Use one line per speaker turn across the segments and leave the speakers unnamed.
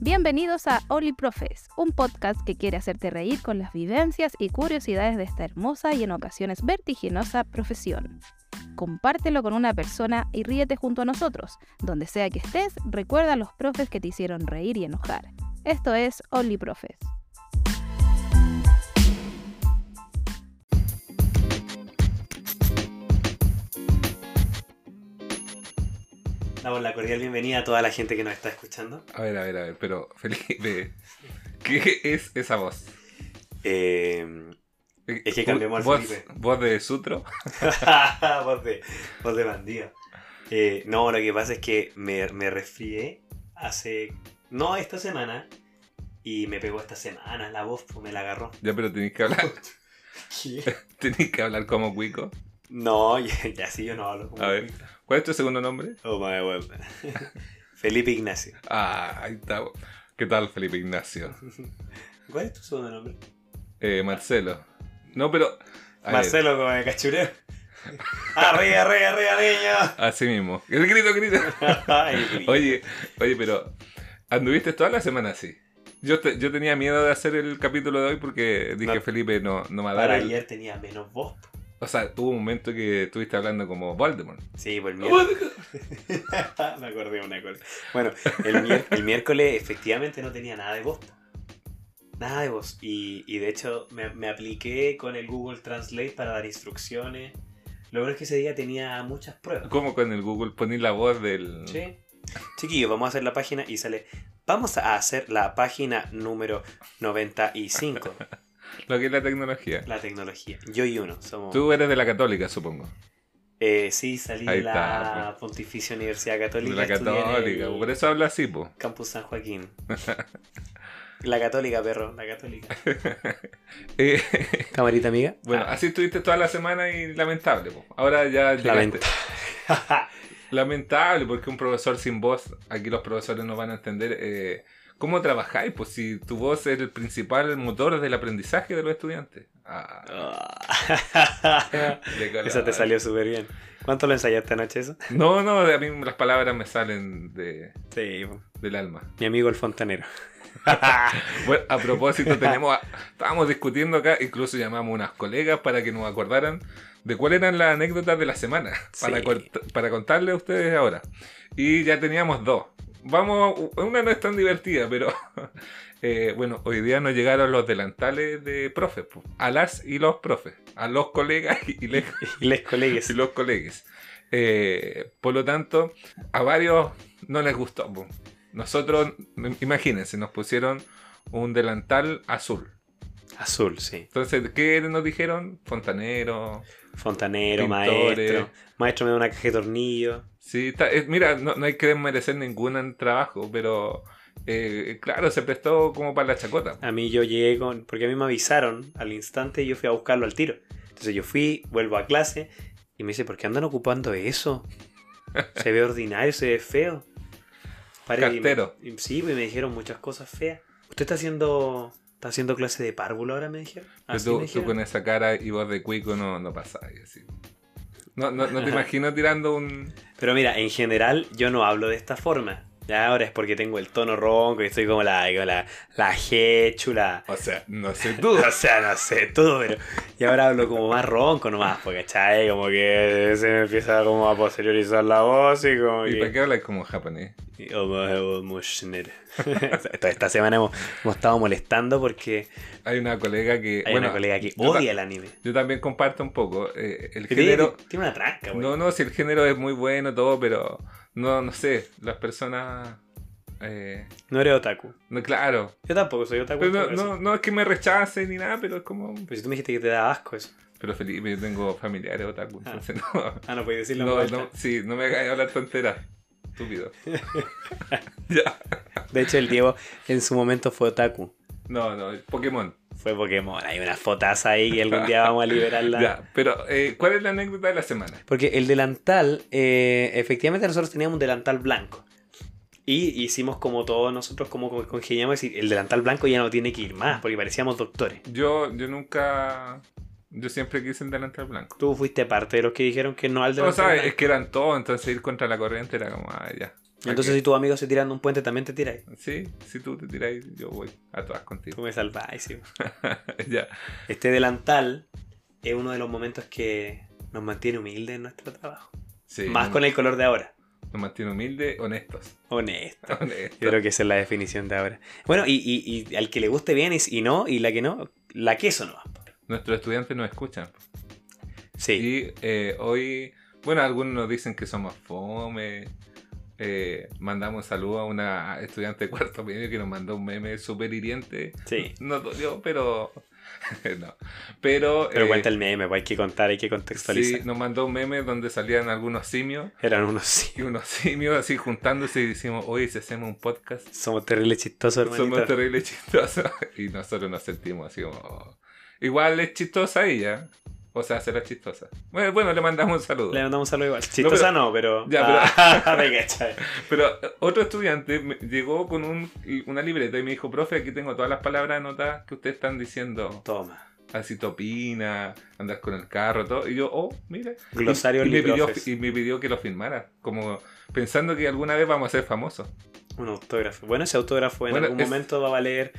Bienvenidos a Oli Profes, un podcast que quiere hacerte reír con las vivencias y curiosidades de esta hermosa y en ocasiones vertiginosa profesión. Compártelo con una persona y ríete junto a nosotros. Donde sea que estés, recuerda a los profes que te hicieron reír y enojar. Esto es Oli Profes.
Damos la cordial bienvenida a toda la gente que nos está escuchando.
A ver, a ver, a ver, pero Felipe, ¿qué es esa voz?
Eh, Es que cambiamos al
voz,
Felipe.
voz de Sutro.
voz, de, voz de bandido. Eh, no, lo que pasa es que me, me resfrié hace... No, esta semana. Y me pegó esta semana la voz, pues me la agarró.
Ya, pero tenéis que hablar, tenéis que hablar como Wico.
No, ya, ya sí, yo no hablo. como-
A ver, ¿cuál es tu segundo nombre?
Oh my god. Felipe Ignacio.
Ah, ahí está. ¿Qué tal, Felipe Ignacio?
¿Cuál es tu segundo nombre?
Eh, Marcelo. No, pero. a ver,
Marcelo, como de cachureo. arriba, arriba, arriba,
así mismo. El grito, grito.
niño. Ay,
Oye, oye, pero anduviste toda la semana así. Yo, te- yo tenía miedo de hacer el capítulo de hoy porque dije,
No.
Felipe, no, no me va a dar
Para
el...
ayer tenía menos voz.
O sea, tuvo un momento que estuviste hablando como Voldemort.
Sí, por el miércoles. Me acordé de una cosa. Bueno, el, miér- el miércoles efectivamente no tenía nada de voz. Nada de voz. Y, y de hecho me, me apliqué con el Google Translate para dar instrucciones. Lo bueno es que ese día tenía muchas pruebas.
Como con el Google poner la voz del...
Sí. Chiquillos, vamos a hacer la página y sale. Vamos a hacer la página número 95.
Lo que es la tecnología.
La tecnología. Yo y uno somos.
Tú eres de la católica, supongo.
Eh, sí, salí
Ahí
de la
está, pues.
Pontificia Universidad Católica.
de la
estudié en
católica.
el-
Por eso habla así, po.
Campus San Joaquín. La católica, perro, la católica.
Eh,
Camarita amiga. Ah,
bueno, así estuviste toda la semana y lamentable, po. Ahora ya... llegaste.
Lamenta-
Lamentable, porque un profesor sin voz, aquí los profesores no van a entender eh, cómo trabajáis, pues si tu voz es el principal motor del aprendizaje de los estudiantes. Ah,
Ah.
de color.
Esa te salió súper bien. ¿Cuánto lo ensayaste anoche eso?
No, no, a mí las palabras me salen de,
Sí,
del alma.
mi amigo el fontanero.
Bueno, a propósito, tenemos a- estábamos discutiendo acá, incluso llamamos a unas colegas para que nos acordaran de cuáles eran las anécdotas de la semana, para,
Sí.
cort- para contarles a ustedes ahora. Y ya teníamos dos. Vamos, una no es tan divertida, pero eh, bueno, hoy día nos llegaron los delantales de profes, po, a las y los profes, a los colegas y les
Y les colegues.
y los colegas. Eh, por lo tanto, a varios no les gustó. po. Nosotros, im- imagínense, nos pusieron un delantal azul.
Azul, sí.
Entonces, ¿qué nos dijeron? Fontanero.
Fontanero,
Pintores.
maestro. Maestro me da una caja de tornillo.
Sí, está- eh, mira, no, no hay que desmerecer ningún trabajo, pero eh, claro, se prestó como para la chacota. po.
A mí yo llegué con. Porque a mí me avisaron al instante y yo fui a buscarlo al tiro. Entonces yo fui, vuelvo a clase y me dice, ¿por qué andan ocupando eso? Se ve ordinario, se ve feo. Pare- y me-
Cartero.
y- sí, pues, y me dijeron muchas cosas feas. ¿Usted está haciendo. está haciendo clase de párvulo ahora? Me dijeron. Así
Pero Pues tú,
me
tú
dijeron.
con esa cara y voz de cuico no, no pasás, y así. No, no, no te imagino tirando un...
Pero mira, en general yo no hablo de esta forma. Ya ahora es porque tengo el tono ronco y estoy como la. como la, la jechula.
O sea, no sé tú.
O sea, no sé tú, pero. Y ahora hablo como más ronco nomás, porque ¿cachai? Como que se me empieza como a posteriorizar la voz y como
¿Y para
que.
qué hablas como japonés?
Y oh, como- como- esta, esta semana hemos, hemos estado molestando porque
Hay una colega que.
hay
bueno,
una colega que
yo ta-
odia el anime.
Yo también comparto un poco. eh, el
Que Tiene,
género.
tiene una tranca, güey.
No, no, si el género es muy bueno, todo, pero. No, no sé. Las personas. eh,
No eres otaku.
no, claro.
Yo tampoco soy otaku.
Pero no,
pero
no,
sí.
no es que me rechacen ni nada, pero es como.
Pero si tú me dijiste que te da asco eso.
Pero Felipe, yo tengo familiares otaku,
Ah.
entonces no.
Ah, no podéis decirlo. en
No,
vuelta.
no, sí, no me hagas hablar tonteras. Estúpido. ya.
De hecho, el Diego en su momento fue otaku.
No, no, Pokémon.
Fue Pokémon. Hay unas fotas ahí que algún día vamos a liberarla.
Ya, pero eh, ¿cuál es la anécdota de la semana?
Porque el delantal, eh, efectivamente nosotros teníamos un delantal blanco. Y hicimos como todos nosotros, como con- congeniamos, y el delantal blanco ya no tiene que ir más, porque parecíamos doctores.
Yo, yo nunca. Yo siempre quise el delantal blanco.
Tú fuiste parte de los que dijeron que no al
O
delantal
sea, es
blanco.
que eran todos, entonces ir contra la corriente era como, ah, ya.
Entonces, si tus amigos se tiran de un puente, también te tiráis.
Sí, si tú te tiráis, yo voy a todas
Tú
contigo.
me salváis. sí.
ya.
Este delantal es uno de los momentos que nos mantiene humildes en nuestro trabajo.
Sí,
Más
nos-
con el color de ahora.
Nos mantiene humildes, honestos.
Honesto.
honestos.
Yo creo que esa es la definición de ahora. Bueno, y, y- y al que le guste bien y, y no, y la que no, la queso no.
Nuestros estudiantes nos escuchan.
Sí.
Y eh, hoy, bueno, algunos nos dicen que somos fome. Eh, mandamos un saludo a una estudiante de cuarto medio que nos mandó un meme súper hiriente.
Sí.
Nos dolió, pero. no. Pero.
Pero
eh,
cuenta el meme, pues hay que contar, hay que contextualizar.
Sí, nos mandó un meme donde salían algunos simios.
Eran unos sí.
Y unos simios así juntándose y decimos, oye, si hacemos un podcast,
Somos terribles chistosos, hermanito.
somos terrible chistosos. Y nosotros nos sentimos así como... "Oh". Igual es chistosa ella. O sea, será chistosa. Bueno, bueno, le mandamos un saludo.
Le mandamos un saludo igual. Chistosa no, pero.
Ya, pero-
Ah, me cachai.
Pero eh, otro estudiante me- llegó con un- una libreta y me dijo, profe, aquí tengo todas las palabras anotadas que ustedes están diciendo.
Toma.
Así topina, andas con el carro, todo. Y yo, oh, mira.
Glosario
y, y me pidió,
Librofes.
y me pidió que lo firmara. Como pensando que alguna vez vamos a ser famosos.
Un autógrafo. Bueno, ese autógrafo en
Bueno,
algún
es-
momento va a valer.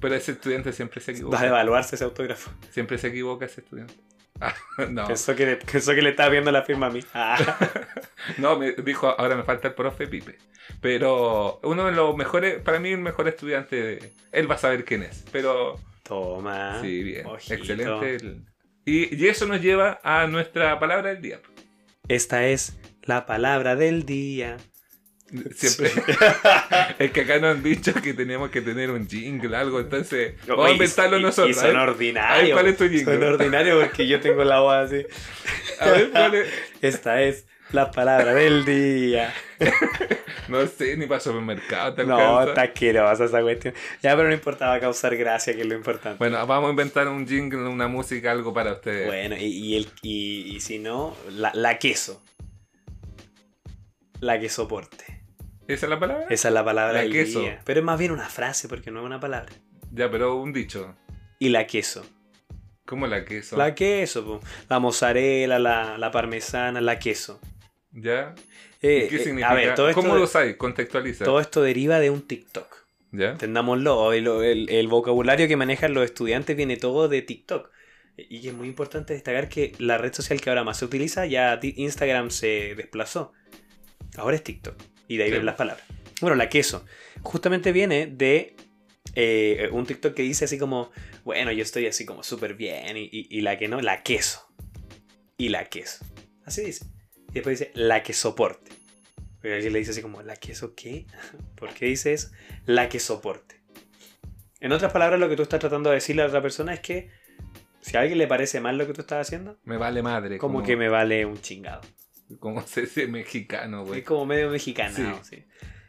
Pero ese estudiante siempre se equivoca.
Va a evaluarse ese autógrafo.
Siempre se equivoca ese estudiante. Ah, no,
Pensó, que le, pensó que le estaba viendo la firma a mí. Ah,
no, me dijo, ahora me falta el profe Pipe. Pero uno de los mejores, para mí el mejor estudiante, de- él va a saber quién es. Pero
toma.
sí, bien,
Ah, ojito.
excelente. el- y, y eso nos lleva a nuestra palabra del día.
Esta es la palabra del día.
Siempre.
Sí.
es que acá nos han dicho que teníamos que tener un jingle, algo, entonces vamos a
Oye,
inventarlo
y-
nosotros. ¿eh?
Y
a ver.
son ordinarios.
Ay, ¿cuál es tu jingle?
Son ordinarios porque yo tengo la voz así.
A ver, ¿cuál es?
Esta es la palabra del día.
No sé, ni para supermercado te
No,
alcanza.
está asquerosa esa cuestión. Ya, pero no importaba causar gracia, que es lo importante.
Bueno, vamos a inventar un jingle, una música, algo para ustedes.
Bueno, y, y el, y, y si no, la, la queso. La que soporte.
¿Esa es la palabra?
Esa es la palabra
La
del
queso.
día. Pero es más bien una frase porque no es una palabra.
Ya, pero un dicho.
Y la queso.
¿Cómo la queso?
La queso, po. la mozzarella, la, la parmesana, la queso.
¿Ya?
Eh,
¿Y ¿Qué
eh,
significa?
A ver, todo esto,
¿Cómo lo sabes? Contextualiza.
todo esto deriva de un TikTok.
¿Ya?
Entendámoslo, el, el- el vocabulario que manejan los estudiantes viene todo de TikTok. Y que es muy importante destacar que la red social que ahora más se utiliza, ya ti- Instagram se desplazó. Ahora es TikTok. Y de ahí
Sí.
ven las palabras. Bueno, la queso. Justamente viene de eh, un TikTok que dice así como, bueno, yo estoy así como súper bien. Y, y- y la que no, la queso. Y la queso. Así dice. Y después dice, la que soporte. Pero alguien le dice así como, ¿la queso qué? ¿Por qué dice eso? la que soporte. En otras palabras, lo que tú estás tratando de decirle a la otra persona es que si a alguien le parece mal lo que tú estás haciendo,
Me vale madre.
como que me vale un chingado.
Como se dice mexicano, güey.
Es como medio mexicano. sí.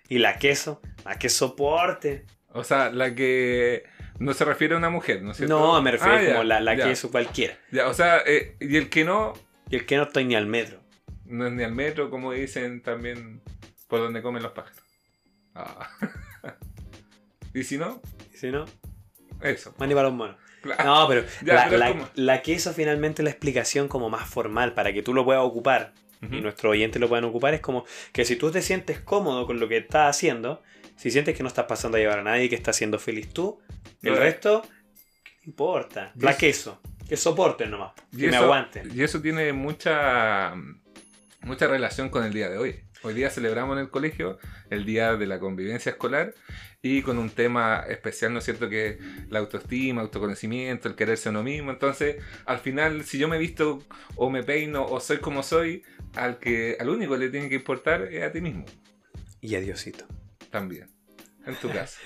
Y la queso, la que soporte.
O sea, la que... No se refiere a una mujer, ¿no es cierto?
No, me refiero
Ah, ya,
como la, la
ya,
queso cualquiera.
ya, o sea, eh, y el que no,
Y el que no estoy ni al metro.
no es ni al metro, como dicen también, por donde comen los pájaros. Ah. y si no,
Y Si no,
eso.
mani para los monos.
Claro.
No, pero,
Ya,
la,
pero es
la-
como-
la queso finalmente es la explicación como más formal para que tú lo puedas ocupar.
Ujú.
y nuestros oyentes lo puedan ocupar, es como que si tú te sientes cómodo con lo que estás haciendo, si sientes que no estás pasando a llevar a nadie, que estás siendo feliz tú, el
Claro.
resto, ¿qué te importa?
Y
La
eso-
queso, que soporten nomás,
Y
que me
eso-
aguanten.
Y eso tiene mucha, mucha relación con el día de hoy. Hoy día celebramos en el colegio el Día de la Convivencia Escolar y con un tema especial, ¿no es cierto?, que es la autoestima, autoconocimiento, el quererse a uno mismo. Entonces, al final, si yo me visto o me peino o soy como soy, al, que, al único que le tiene que importar es a ti mismo
Y adiosito.
también. En tu caso.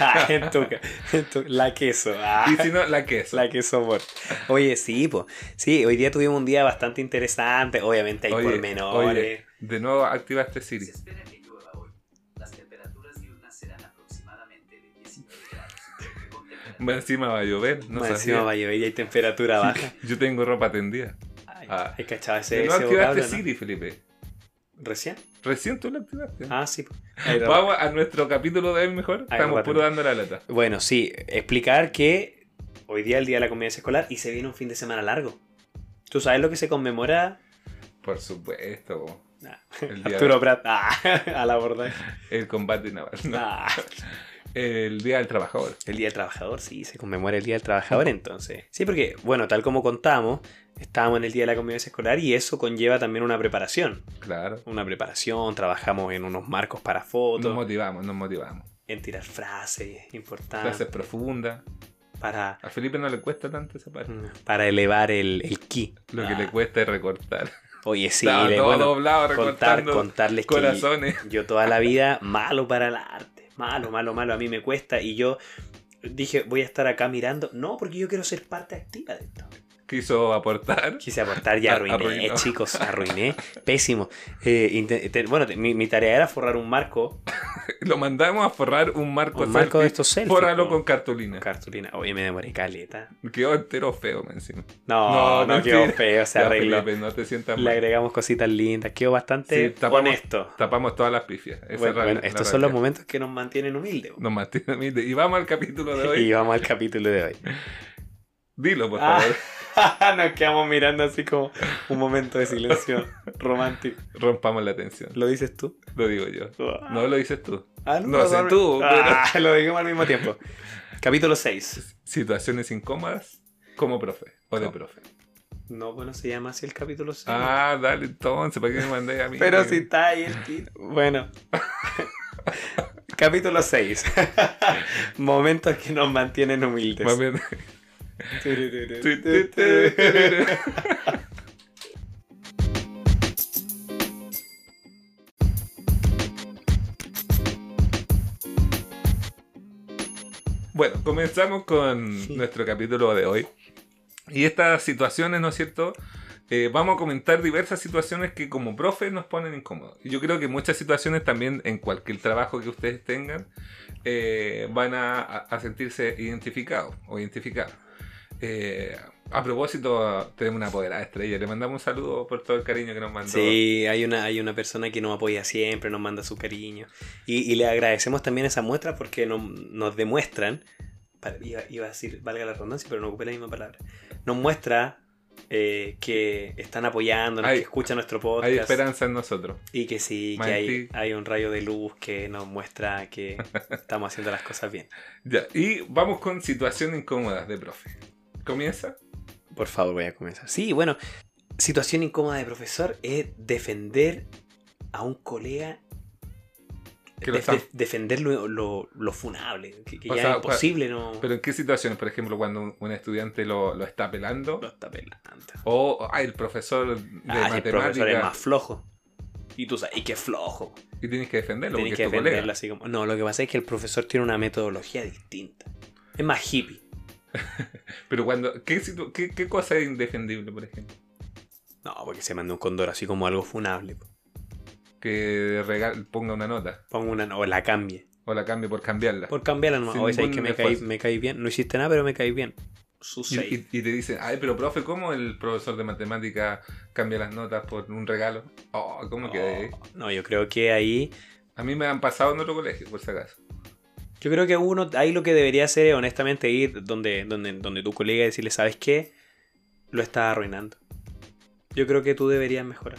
Ah, en tu ca- en tu- la queso. ah,
Y si no, la que es.
La que soporta. Oye, sí, pues. Sí, hoy día tuvimos un día bastante interesante. Obviamente hay
Oye,
pormenores.
oye, de nuevo activaste Siri.
Se espera que llueva hoy. Las temperaturas diurnas serán aproximadamente de 19 grados. Con temperaturas
Más Encima va a llover. No
Más
sabía.
encima va a llover y hay temperatura baja.
Yo tengo ropa tendida.
Ay,
Ah.
¿hay cachado ese,
De nuevo
ese
activaste
vocablo, no?
Siri, Felipe.
¿Recién?
Recién tú lo activaste.
Ah, sí. po. Ahí lo-
Vamos a nuestro capítulo de hoy mejor.
Ahí
Estamos
va,
puro
atento.
dando la lata.
Bueno, sí, explicar que hoy día es el día de la convivencia escolar y se viene un fin de semana largo. ¿Tú sabes lo que se conmemora?
Por supuesto.
Ah,
El día,
Arturo Prat, ah, a la borda.
el combate naval. ¿no?
Ah,
El día del trabajador.
El Día del Trabajador, sí, se conmemora el Día del Trabajador entonces. Sí, porque, bueno, tal como contamos, estábamos en el Día de la Convivencia Escolar y eso conlleva también una preparación.
Claro.
Una preparación, trabajamos en unos marcos para
Nos
fotos,
motivamos, nos motivamos.
en tirar frases importantes,
Clases profundas.
para, mm,
A Felipe no le cuesta tanto esa parte.
para elevar el, el ki.
Lo que
Ah,
le cuesta es recortar.
Oye, sí,
Estaba
le-
todo
bueno,
doblado
contar, este
recortando
contarles que
corazones.
yo toda la vida malo para el arte, malo, malo, malo, a mí me cuesta y yo dije, voy a estar acá mirando, no, porque yo quiero ser parte activa de esto.
Quiso aportar.
Quise aportar y arruiné,
Arruinó.
chicos, arruiné, pésimo. Eh, inte- te- bueno, te- mi, mi tarea era forrar un marco,
Lo mandamos a forrar un marco
un marco de
selfie.
estos selfies.
Fórralo
po,
con cartulina.
con cartulina. Oye, me demoré caleta.
Quedó entero feo me encima.
No,
No,
no, quedó
mentira.
feo, se
Ya,
arregló.
Felipe, no te sientas
Le
mal.
agregamos cositas lindas, quedó bastante
Sí, tapamos-
honesto.
Tapamos todas las pifias.
Bueno,
Esa es la-
bueno,
la
estos son los
realidad.
momentos que nos mantienen humildes. po.
Nos mantiene humilde. Y vamos al capítulo de hoy.
Y vamos al capítulo de hoy.
Dilo, por
Ah.
favor.
Nos quedamos mirando así como un momento de silencio romántico.
Rompamos la tensión.
¿Lo dices tú?
Lo digo yo. No lo dices tú.
Ah,
no sé
perdón.
tú,
Ah, Lo digamos al mismo tiempo. Capítulo 6.
Situaciones incómodas como profe o de profe.
No, bueno, se llama así el capítulo 6.
Ah, dale entonces, ¿para qué me mandé a mí?
Pero si está ahí el título. Bueno. Capítulo 6. Momentos que nos mantienen humildes.
Más bien- Tu, tu,
Turururu.
tu, tu. Bueno, comenzamos con
Sí.
nuestro capítulo de hoy. Y estas situaciones, ¿no es cierto? Eh, vamos a comentar diversas situaciones que como profe nos ponen incómodos. Y Yo creo que muchas situaciones también en cualquier trabajo que ustedes tengan eh, van a, a sentirse identificados o identificadas. Eh, a propósito, tenemos una apoderada estrella. Le mandamos un saludo por todo el cariño que nos mandó.
Sí, hay una, hay una persona que nos apoya siempre, nos manda su cariño. Y, y le agradecemos también esa muestra porque no- nos demuestran, pa- iba, iba a decir, valga la redundancia, pero no ocupé la misma palabra, nos muestra eh, que están apoyándonos,
Hay-
que escuchan nuestro
Hay
podcast.
esperanza en nosotros.
Y que sí, que
Más en
hay,
ti.
hay un rayo de luz que nos muestra que estamos haciendo las cosas bien.
Ya, y vamos con situaciones incómodas de profe. ¿Comienza?
Por favor, voy a comenzar. Sí, bueno, situación incómoda de profesor es defender a un colega.
Que lo
def-
están-
defender lo, lo- lo funable, que, que
O
ya
sea,
es imposible no,
¿Pero en qué situaciones? Por ejemplo, cuando un- un estudiante lo, lo está pelando.
no está pelando.
O ah, el profesor de
Ah, el profesor es
matemáticas.
más flojo. Y tú sabes, y que es flojo.
Y tienes que defenderlo
Tienes
porque
que
es tu colega.
defenderlo así como. No, lo que pasa es que el profesor tiene una metodología distinta. Es más hippie.
Pero cuando. ¿qué, situ- qué, qué cosa es indefendible, por ejemplo?
No, porque se manda un cóndor así como algo funable. po.
Que regal- ponga una nota.
Pongo una. O la cambie.
O la cambie por cambiarla.
Por cambiarla nomás.
Sin
Oye, sabes que
ningún
me caí,
esfuerzo.
me caí bien. No hiciste nada, pero me caí bien. Su
Y,
seis.
y- y te dicen, ay, pero profe, ¿cómo el profesor de matemática cambia las notas por un regalo? Oh, ¿cómo
No,
quedé?
No, yo creo que ahí.
A mí me han pasado en otro colegio, por si acaso.
Yo creo que uno ahí lo que debería hacer es honestamente ir donde, donde, donde tu colega y decirle, ¿sabes qué? Lo estás arruinando. Yo creo que tú deberías mejorar.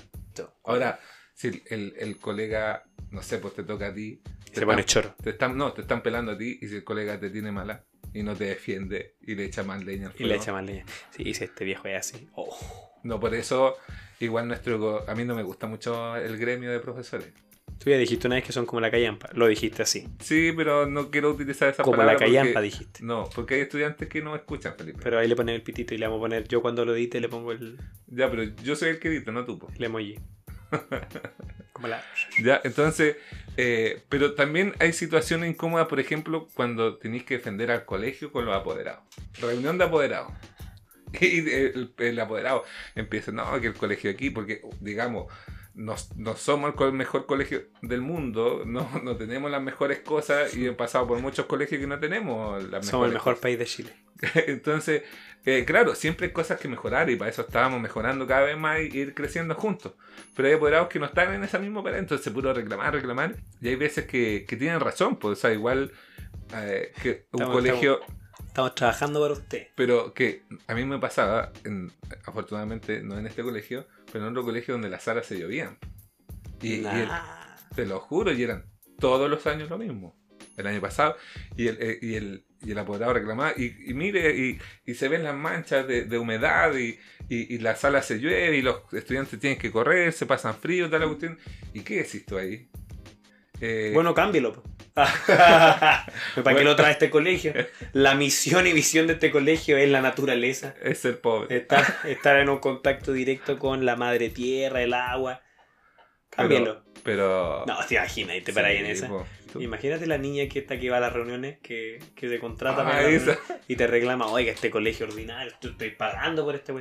Ahora, si el, el colega, no sé, pues te toca a ti.
se pone chorro.
Te están, no, te están pelando a ti y si el colega te tiene mala y no te defiende y le echa más leña al
Y
fuego.
le echa más leña. Sí, dice, este viejo es así. Oh,
No, por eso, igual nuestro. go- A mí no me gusta mucho el gremio de profesores.
tú ya dijiste una vez que son como la callampa. Lo dijiste así.
Sí, pero no quiero utilizar esa
Como la
palabra.
callampa
porque-
dijiste.
No, porque hay estudiantes que no escuchan, Felipe.
Pero ahí le ponen el pitito y le vamos a poner. Yo cuando lo edite le pongo el,
Ya, pero yo soy el que edito, no tú. po.
el emoji. Como la.
Ya, entonces, eh, pero también hay situaciones incómodas, por ejemplo, cuando tenéis que defender al colegio con los apoderados. Reunión de apoderados. Y el, el apoderado empieza, no, que el colegio aquí, porque, digamos, nos- no somos el co- mejor colegio del mundo, no, no tenemos las mejores cosas y he pasado por muchos colegios que no tenemos las
Somos el mejor
mejores
país de Chile.
entonces, eh, claro, siempre hay cosas que mejorar y para eso estábamos mejorando cada vez más y ir creciendo juntos. Pero hay apoderados que no están en esa misma pelea, entonces puro reclamar, reclamar. Y hay veces que, que tienen razón, pues, o sea, igual eh, que un
Estamos-
colegio,
Estamos trabajando para usted.
pero que a mí me pasaba, en- afortunadamente no en este colegio, pero en otro colegio donde las salas se llovían. Y, y el-
Nah.
te lo juro, y eran todos los años lo mismo. El año pasado, y el, eh, y el, y el apoderado reclamaba, y, y mire, y, y se ven las manchas de, de humedad, y, y, y la sala se llueve, y los estudiantes tienen que correr, se pasan frío, tal la cuestión. ¿Y qué decís tú ahí? Eh,
Bueno, cámbialo. po. ¿Para qué
Bueno.
lo trae este colegio? La misión y visión de este colegio es la naturaleza.
es ser pobre.
Estar, estar en un contacto directo con la madre tierra, el agua. Cámbialo.
Pero.
eh, no, te imaginas, y te paras en
ah, Sí,
esa.
po. Tú-
Imagínate la niña que está que va a las reuniones, que, que se contrata para
Ah,
las
esa.
reuniones y te reclama, oiga, este colegio ordinario, yo estoy pagando por este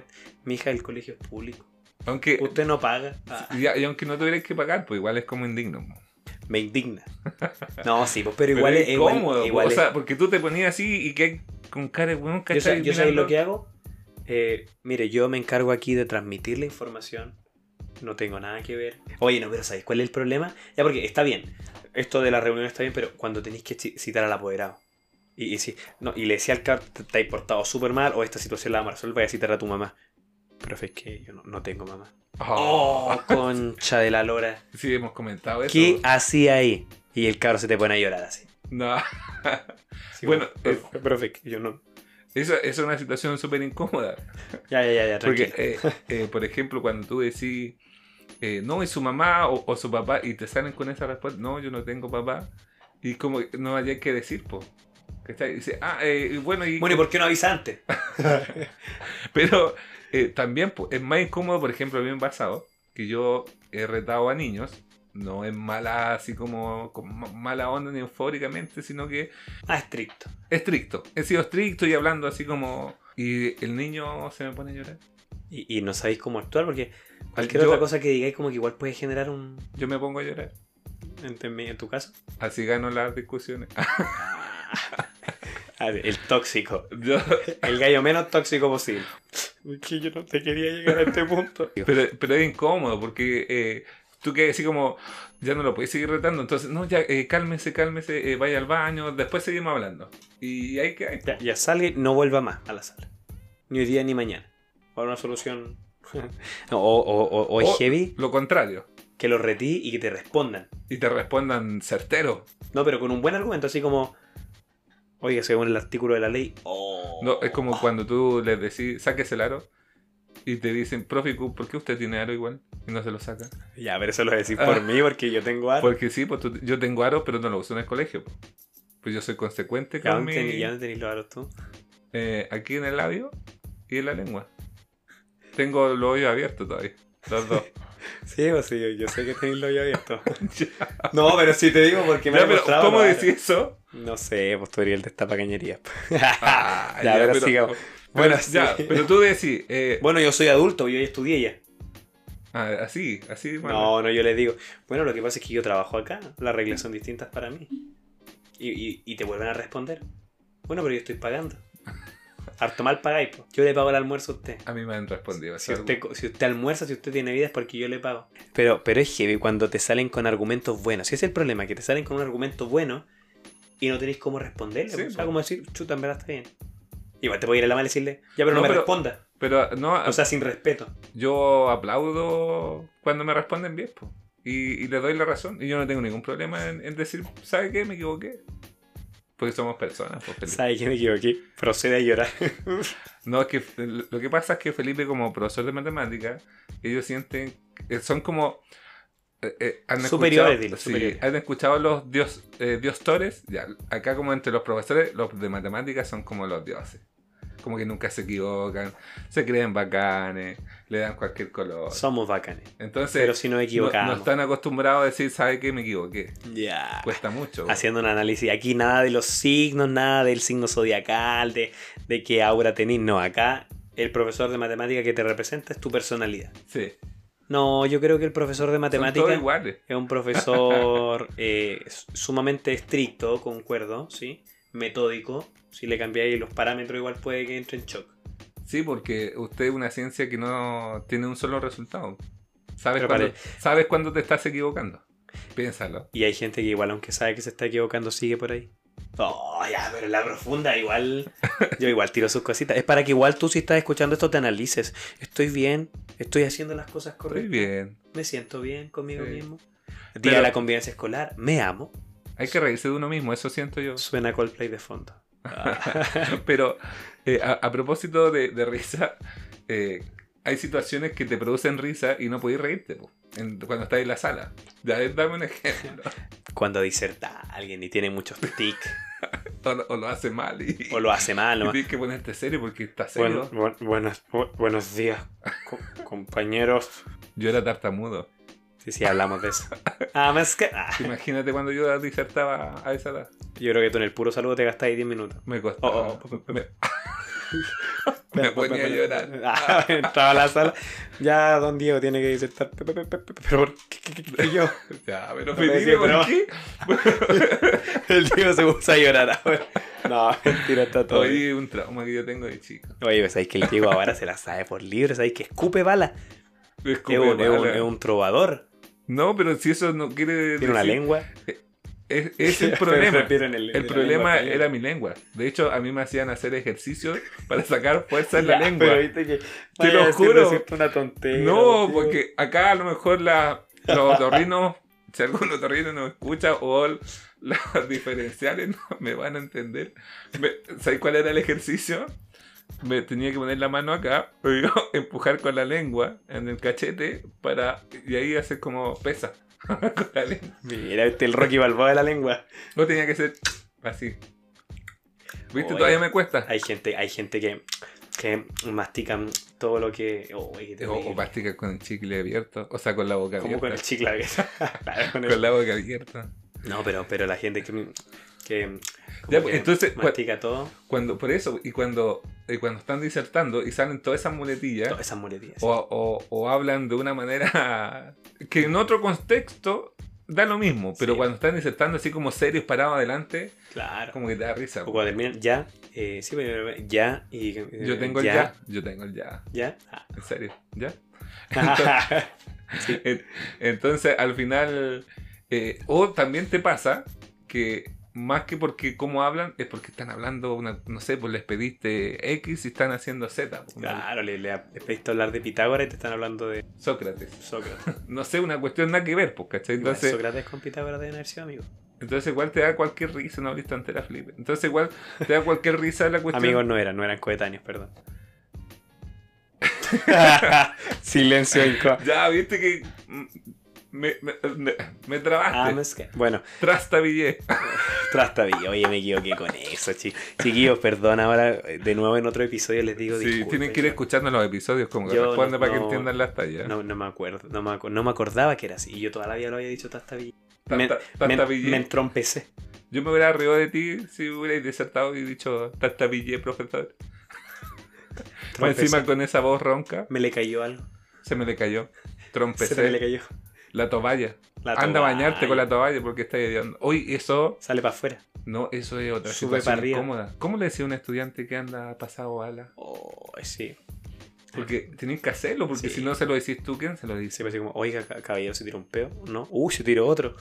Mi hija, el colegio es público.
Aunque,
Usted no paga. Ah,
y, y aunque no tuvierais que pagar, pues igual es como indigno. po.
me indigna. No, sí, pues, pero igual
Pero
es igual-
incómodo, po.
igual
o
es-
sea, porque tú te ponías así y que con cara de weón,
Yo, sé,
¿cachai?
yo sé lo
Mirando-
que hago. Eh, mire, yo me encargo aquí de transmitir la información. No tengo nada que ver. Oye, no, pero ¿sabéis cuál es el problema? Ya, porque está bien. Esto de la reunión está bien, pero cuando tenéis que ci- citar al apoderado. Y, y, si- no, y le decía al CAP, te, te has portado súper mal o esta situación la vamos a resolver, voy a citar a tu mamá. Profe, es que yo no, no tengo mamá.
Oh,
¡Oh, concha de la lora!
Sí, hemos comentado eso.
¿Qué hacía ahí? Y el cabro se te pone a llorar así.
No.
Así
Bueno, eh,
como, profe, profe, es que yo no.
Esa esa es una situación súper incómoda.
Ya, ya, ya, ya,
Porque,
tranquilo.
eh, eh, por ejemplo, cuando tú decís, eh, no, es su mamá o, o su papá, y te salen con esa respuesta, no, yo no tengo papá, y como que no hay que decir, po. ¿Cachai? Y dice, ah, eh, y bueno, y,
Bueno, ¿y por qué no avisa antes?
pero eh, también po, es más incómodo, por ejemplo, a mí me ha pasado que yo he retado a niños, no es mala así como, con ma- mala onda ni eufóricamente, sino que
Ah, estricto.
estricto. He sido estricto y hablando así como. Y el niño se me pone a llorar.
Y, y no sabéis cómo actuar porque cualquier
Yo-
otra cosa que digáis como que igual puede generar un...
Yo me pongo a llorar.
En, en mi- en tu caso.
Así gano las discusiones.
A ver, el tóxico.
Yo-
El gallo menos tóxico posible. Es que yo no te quería llegar a este punto.
pero, pero es incómodo porque eh, tú que así como. Ya no lo puedes seguir retando. Entonces, no, ya eh, cálmese, cálmese, eh, vaya al baño. Después seguimos hablando. Y ahí que hay.
Ya, ya salga y no vuelva más a la sala. Ni hoy día ni mañana. Para una solución... No, o, o, o- o es
O-
heavy,
Lo contrario.
que lo retí y que te respondan.
Y te respondan certero.
No, pero con un buen argumento, así como... Oiga, según el artículo de la ley... Oh,
No, es como cuando tú les decís, saques el aro. Y te dicen, profe, ¿por qué usted tiene aro igual? Y no se lo saca.
Ya, pero eso lo voy a decir por mí porque yo tengo arte.
Porque sí, pues tú- yo tengo aro, pero no lo uso en el colegio. po. Pues yo soy consecuente
¿Ya
con
dónde
mi...
tení- ya dónde tenéis los aros tú?
eh, aquí en el labio y en la lengua. Tengo los hoyos abiertos todavía. Los dos.
Sí, pues sí, yo- yo sé que tenéis los labios abiertos.
Ya,
No, pero sí te digo porque me
ya,
han
pero
mostrado
¿cómo
los
decís eso?
aros. No sé, pues tú eres el de esta pacañería.
Ah,
Ya, pero sigamos. Bueno,
pero ya,
sí.
pero tú decís, eh,
Bueno, yo soy adulto, yo ya estudié ya.
ah, así, así, bueno.
No, no, yo les digo, bueno, lo que pasa es que yo trabajo acá, las reglas son distintas para mí. Y, y- y te vuelven a responder. Bueno, pero yo estoy pagando. Harto mal pagáis, pues. Yo le pago el almuerzo a usted.
A mí me han respondido. así
Si usted,
algo.
co- si usted almuerza, si usted tiene vida, es porque yo le pago. Pero, pero es heavy cuando te salen con argumentos buenos. Si ese es el problema, que te salen con un argumento bueno y no tenéis cómo responderle.
Sí,
pues. o sea,
po.
como decir, chuta, en verdad está bien. Igual te puedo ir a la mala y decirle, ya, pero no,
No,
me
pero-
responda.
Pero no,
O sea, sin respeto.
yo aplaudo cuando me responden bien, po. Y, y le doy la razón. Y yo no tengo ningún problema en, en decir, ¿sabe qué? Me equivoqué. Porque somos personas. pues, po, Felipe.
¿Sabes que me equivoqué? Procede a llorar.
No, es que eh, lo que pasa es que Felipe, como profesor de matemáticas, ellos sienten. eh, Son como. eh, eh, han escuchado-
Superiores, dilo,
sí,
superiores.
Han escuchado los dios, eh, diostores. Ya, acá, como entre los profesores, los de matemáticas son como los dioses. Como que nunca se equivocan, se creen bacanes, le dan cualquier color.
Somos bacanes.
Entonces,
Pero si nos
no, no
equivocamos.
están acostumbrados a decir, ¿sabe qué? Me equivoqué.
Ya.
Cuesta mucho.
Haciendo un análisis. Aquí nada de los signos, nada del signo zodiacal, de, de qué aura tenés. No, acá el profesor de matemática que te representa es tu personalidad.
Sí. Son
No, yo creo que el profesor de
todos
matemática
iguales.
es un profesor eh, sumamente estricto, concuerdo, ¿sí? Metódico. Si le cambiáis los parámetros, igual puede que entre en shock.
Sí, porque usted es una ciencia que no tiene un solo resultado. Sabes,
Pero
cuándo, sabes cuándo te estás equivocando. Piénsalo.
Y hay gente que igual, aunque sabe que se está equivocando, sigue por ahí. Oh, ya, pero la profunda, igual. Yo igual tiro sus cositas. Es para que igual tú, si estás escuchando esto, te analices. Estoy bien, estoy haciendo las cosas
Estoy
correctas.
bien.
me siento bien conmigo
Sí.
mismo. Día
Pero-
de la convivencia escolar, me amo.
Hay que reírse de uno mismo, eso siento yo.
Suena Coldplay de fondo.
Pero eh, a, a propósito de, de risa, eh, hay situaciones que te producen risa y no podéis reírte po, en- cuando estás en la sala. Ya, eh, dame un ejemplo.
Cuando diserta a alguien y tiene muchos tics,
O, lo- o lo hace mal y,
o lo hace mal,
y
¿no?
tienes que ponerte serio porque está serio.
Bueno, bu- buenas- bu- buenos días, co- compañeros.
Yo era tartamudo.
Sí, sí, hablamos de eso. Ah, más que- ah,
Imagínate cuando yo disertaba a esa edad.
yo creo que tú en el puro saludo te gastáis 10 minutos.
Me costaba.
Oh, oh,
me, me ponía a llorar.
Ah, estaba la sala. Ya, don Diego tiene que disertar. Pe- pe- pe- pe- pe- Pero ¿por qué- qué- qué- qué yo.
Ya, pero
me decía,
Felipe,
pero-
¿por qué?
El Diego se puso a llorar ahora. No, mentira, está todo. bien.
Oye, un trauma que yo tengo de chico.
Oye, pues, sabéis que el Diego ahora se la sabe por libre, sabéis que escupe balas.
Escupe
Es un, es un-
bala.
es un trovador.
No, pero si eso no quiere
Tiene una
decir-
lengua.
Es, es el
Pero
problema.
refieren el-
El
la
problema
lengua también.
era mi lengua. De hecho, a mí me hacían hacer ejercicios para sacar fuerza en la
Ya,
lengua.
Pero viste que. vaya
lo
a decir-
juro.
decirte una tontería.
No,
tío.
porque acá a lo mejor la, los otorrinos, si algún otorrino nos escucha o el- las diferenciales no me van a entender. Me- ¿Sabes cuál era el ejercicio? Me tenía que poner la mano acá, pero empujar con la lengua en el cachete para y ahí hacer como pesa con la lengua.
Mira, viste el Rocky Balboa de la lengua.
No tenía que ser así. ¿Viste?
Oye.
Todavía me cuesta.
Hay gente, hay gente que, que mastica todo lo que. oh, oye, qué
O, o
terrible.
mastica con el chicle abierto, o sea, con la boca
Como
abierta.
con el chicle abierto. Claro, con el-
Con la boca abierta.
No, pero, pero la gente que. que como
Ya, pues,
que
entonces, cua-
Mastica todo.
Cuando, por eso, y cuando, y cuando están disertando y salen todas esas muletillas,
Todas esas muletillas.
o, o- o hablan de una manera que en otro contexto da lo mismo, pero
Sí.
cuando están disertando así como serios parados adelante,
Claro.
como que te da risa.
O cuando terminan ya. eh, sí, pero- ya. Y, eh,
Yo tengo el ya, yo tengo el ya,
Ya. Ah.
en serio, ya. En- Entonces, al final, eh, o también te pasa que más que porque cómo hablan, es porque están hablando, una, no sé, pues les pediste X y están haciendo Z. pues, una-
claro, le, le, le pediste hablar de Pitágoras y te están hablando de
Sócrates.
Sócrates.
No sé, una cuestión nada que ver, pues, ¿cachai? Entonces,
Sócrates con Pitágoras deben haber sido amigos.
entonces igual te da cualquier risa, no habliste ante la flip. Entonces igual te da cualquier risa la cuestión.
Amigos no eran, no eran coetáneos, perdón. Silencio incómodo.
Ya, viste que mm, me, me, me, me
Ah,
trabaste.
Bueno,
Trastabillé.
trastabillo. Oye, me equivoqué con eso, chicos. Chiquillos, perdón. Ahora, eh, de nuevo en otro episodio les digo
Sí,
disculpen.
tienen que ir escuchando los episodios como que
Yo
responde
no-
para que
no-
entiendan las tallas.
No, no me acuerdo. No me, acu- no me acordaba que era así. Y yo toda la vida lo había dicho trastabillo. Me,
Tasta-
me,
Trastabillé.
me entrompecé.
Yo me hubiera reído de ti si hubierais desertado y dicho tartabillé, profesor. Más
Trompecé.
encima con esa voz ronca,
Me le cayó algo.
se me decayó.
Se
Trompecé.
me le cayó.
La toalla.
La
Anda a
toalla.
bañarte con la toalla porque está hediondo. Hoy eso,
Sale para afuera.
no, eso es otra
Sube para
situación
arriba.
incómoda. ¿Cómo le decía a un estudiante que anda pasado ala?
Oh, sí.
Porque tenés que hacerlo, porque
Sí.
si no se lo decís tú, ¿quién se lo dice?
Se me hace como, oiga, ca- caballero, se tiró un peo. No. Uy, se tiró otro.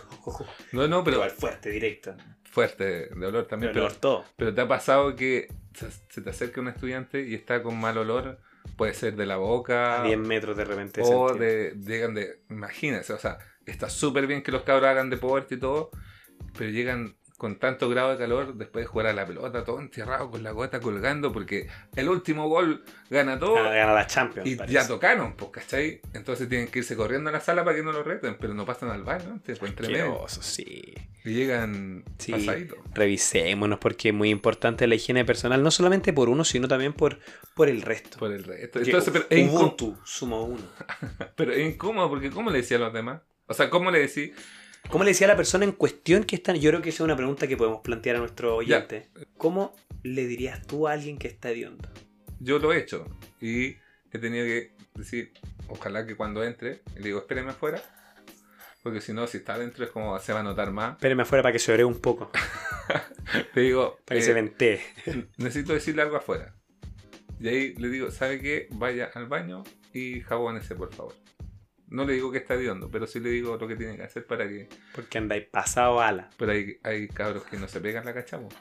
No, no, pero
Igual fuerte, directo.
fuerte de olor también.
Pero,
Pero,
todo.
pero te ha pasado que se- se te acerca un estudiante y está con mal olor. Puede ser de la boca.
A 10 metros de repente.
O
sentí.
Ah. Oh, de, llegan de, imagínense, o sea, está súper bien que los cabros hagan deporte y todo, pero llegan con tanto grado de calor después de jugar a la pelota, todo enterrado con la gota colgando, porque el último gol gana todo
Ah, Gana, gana la Champions.
y
parece.
ya tocaron, pues, ¿cachai? Entonces tienen que irse corriendo a la sala para que no lo reten, pero no pasan al baño antes, pues, entre medio.
Asqueroso, sí.
Y llegan
Sí.
pasaditos.
Revisémonos porque es muy importante la higiene personal, no solamente por uno, sino también por, por el resto.
Por el resto.
Porque
Entonces, pero,
U-
es incó-
Ubuntu, sumo uno.
pero es incómodo, porque ¿cómo le decía a los demás? O sea, ¿cómo le decís?
¿Cómo le decía a la persona en cuestión que está? Yo creo que esa es una pregunta que podemos plantear a nuestro oyente. ¿Cómo le dirías tú a alguien que está hediondo?
yo lo he hecho y he tenido que decir, ojalá que cuando entre, le digo, espéreme afuera, porque si no, si está adentro es como se va a notar más.
Espéreme afuera para que se ore un poco, para
Le digo,
que
eh,
se ventee.
necesito decirle algo afuera. Y ahí le digo, ¿sabe qué? Vaya al baño y jabónese, por favor. No le digo que está hediondo, pero sí le digo lo que tiene que hacer para que...
Porque andáis pasado ala.
Pero hay, hay cabros que no se pegan la cachamos.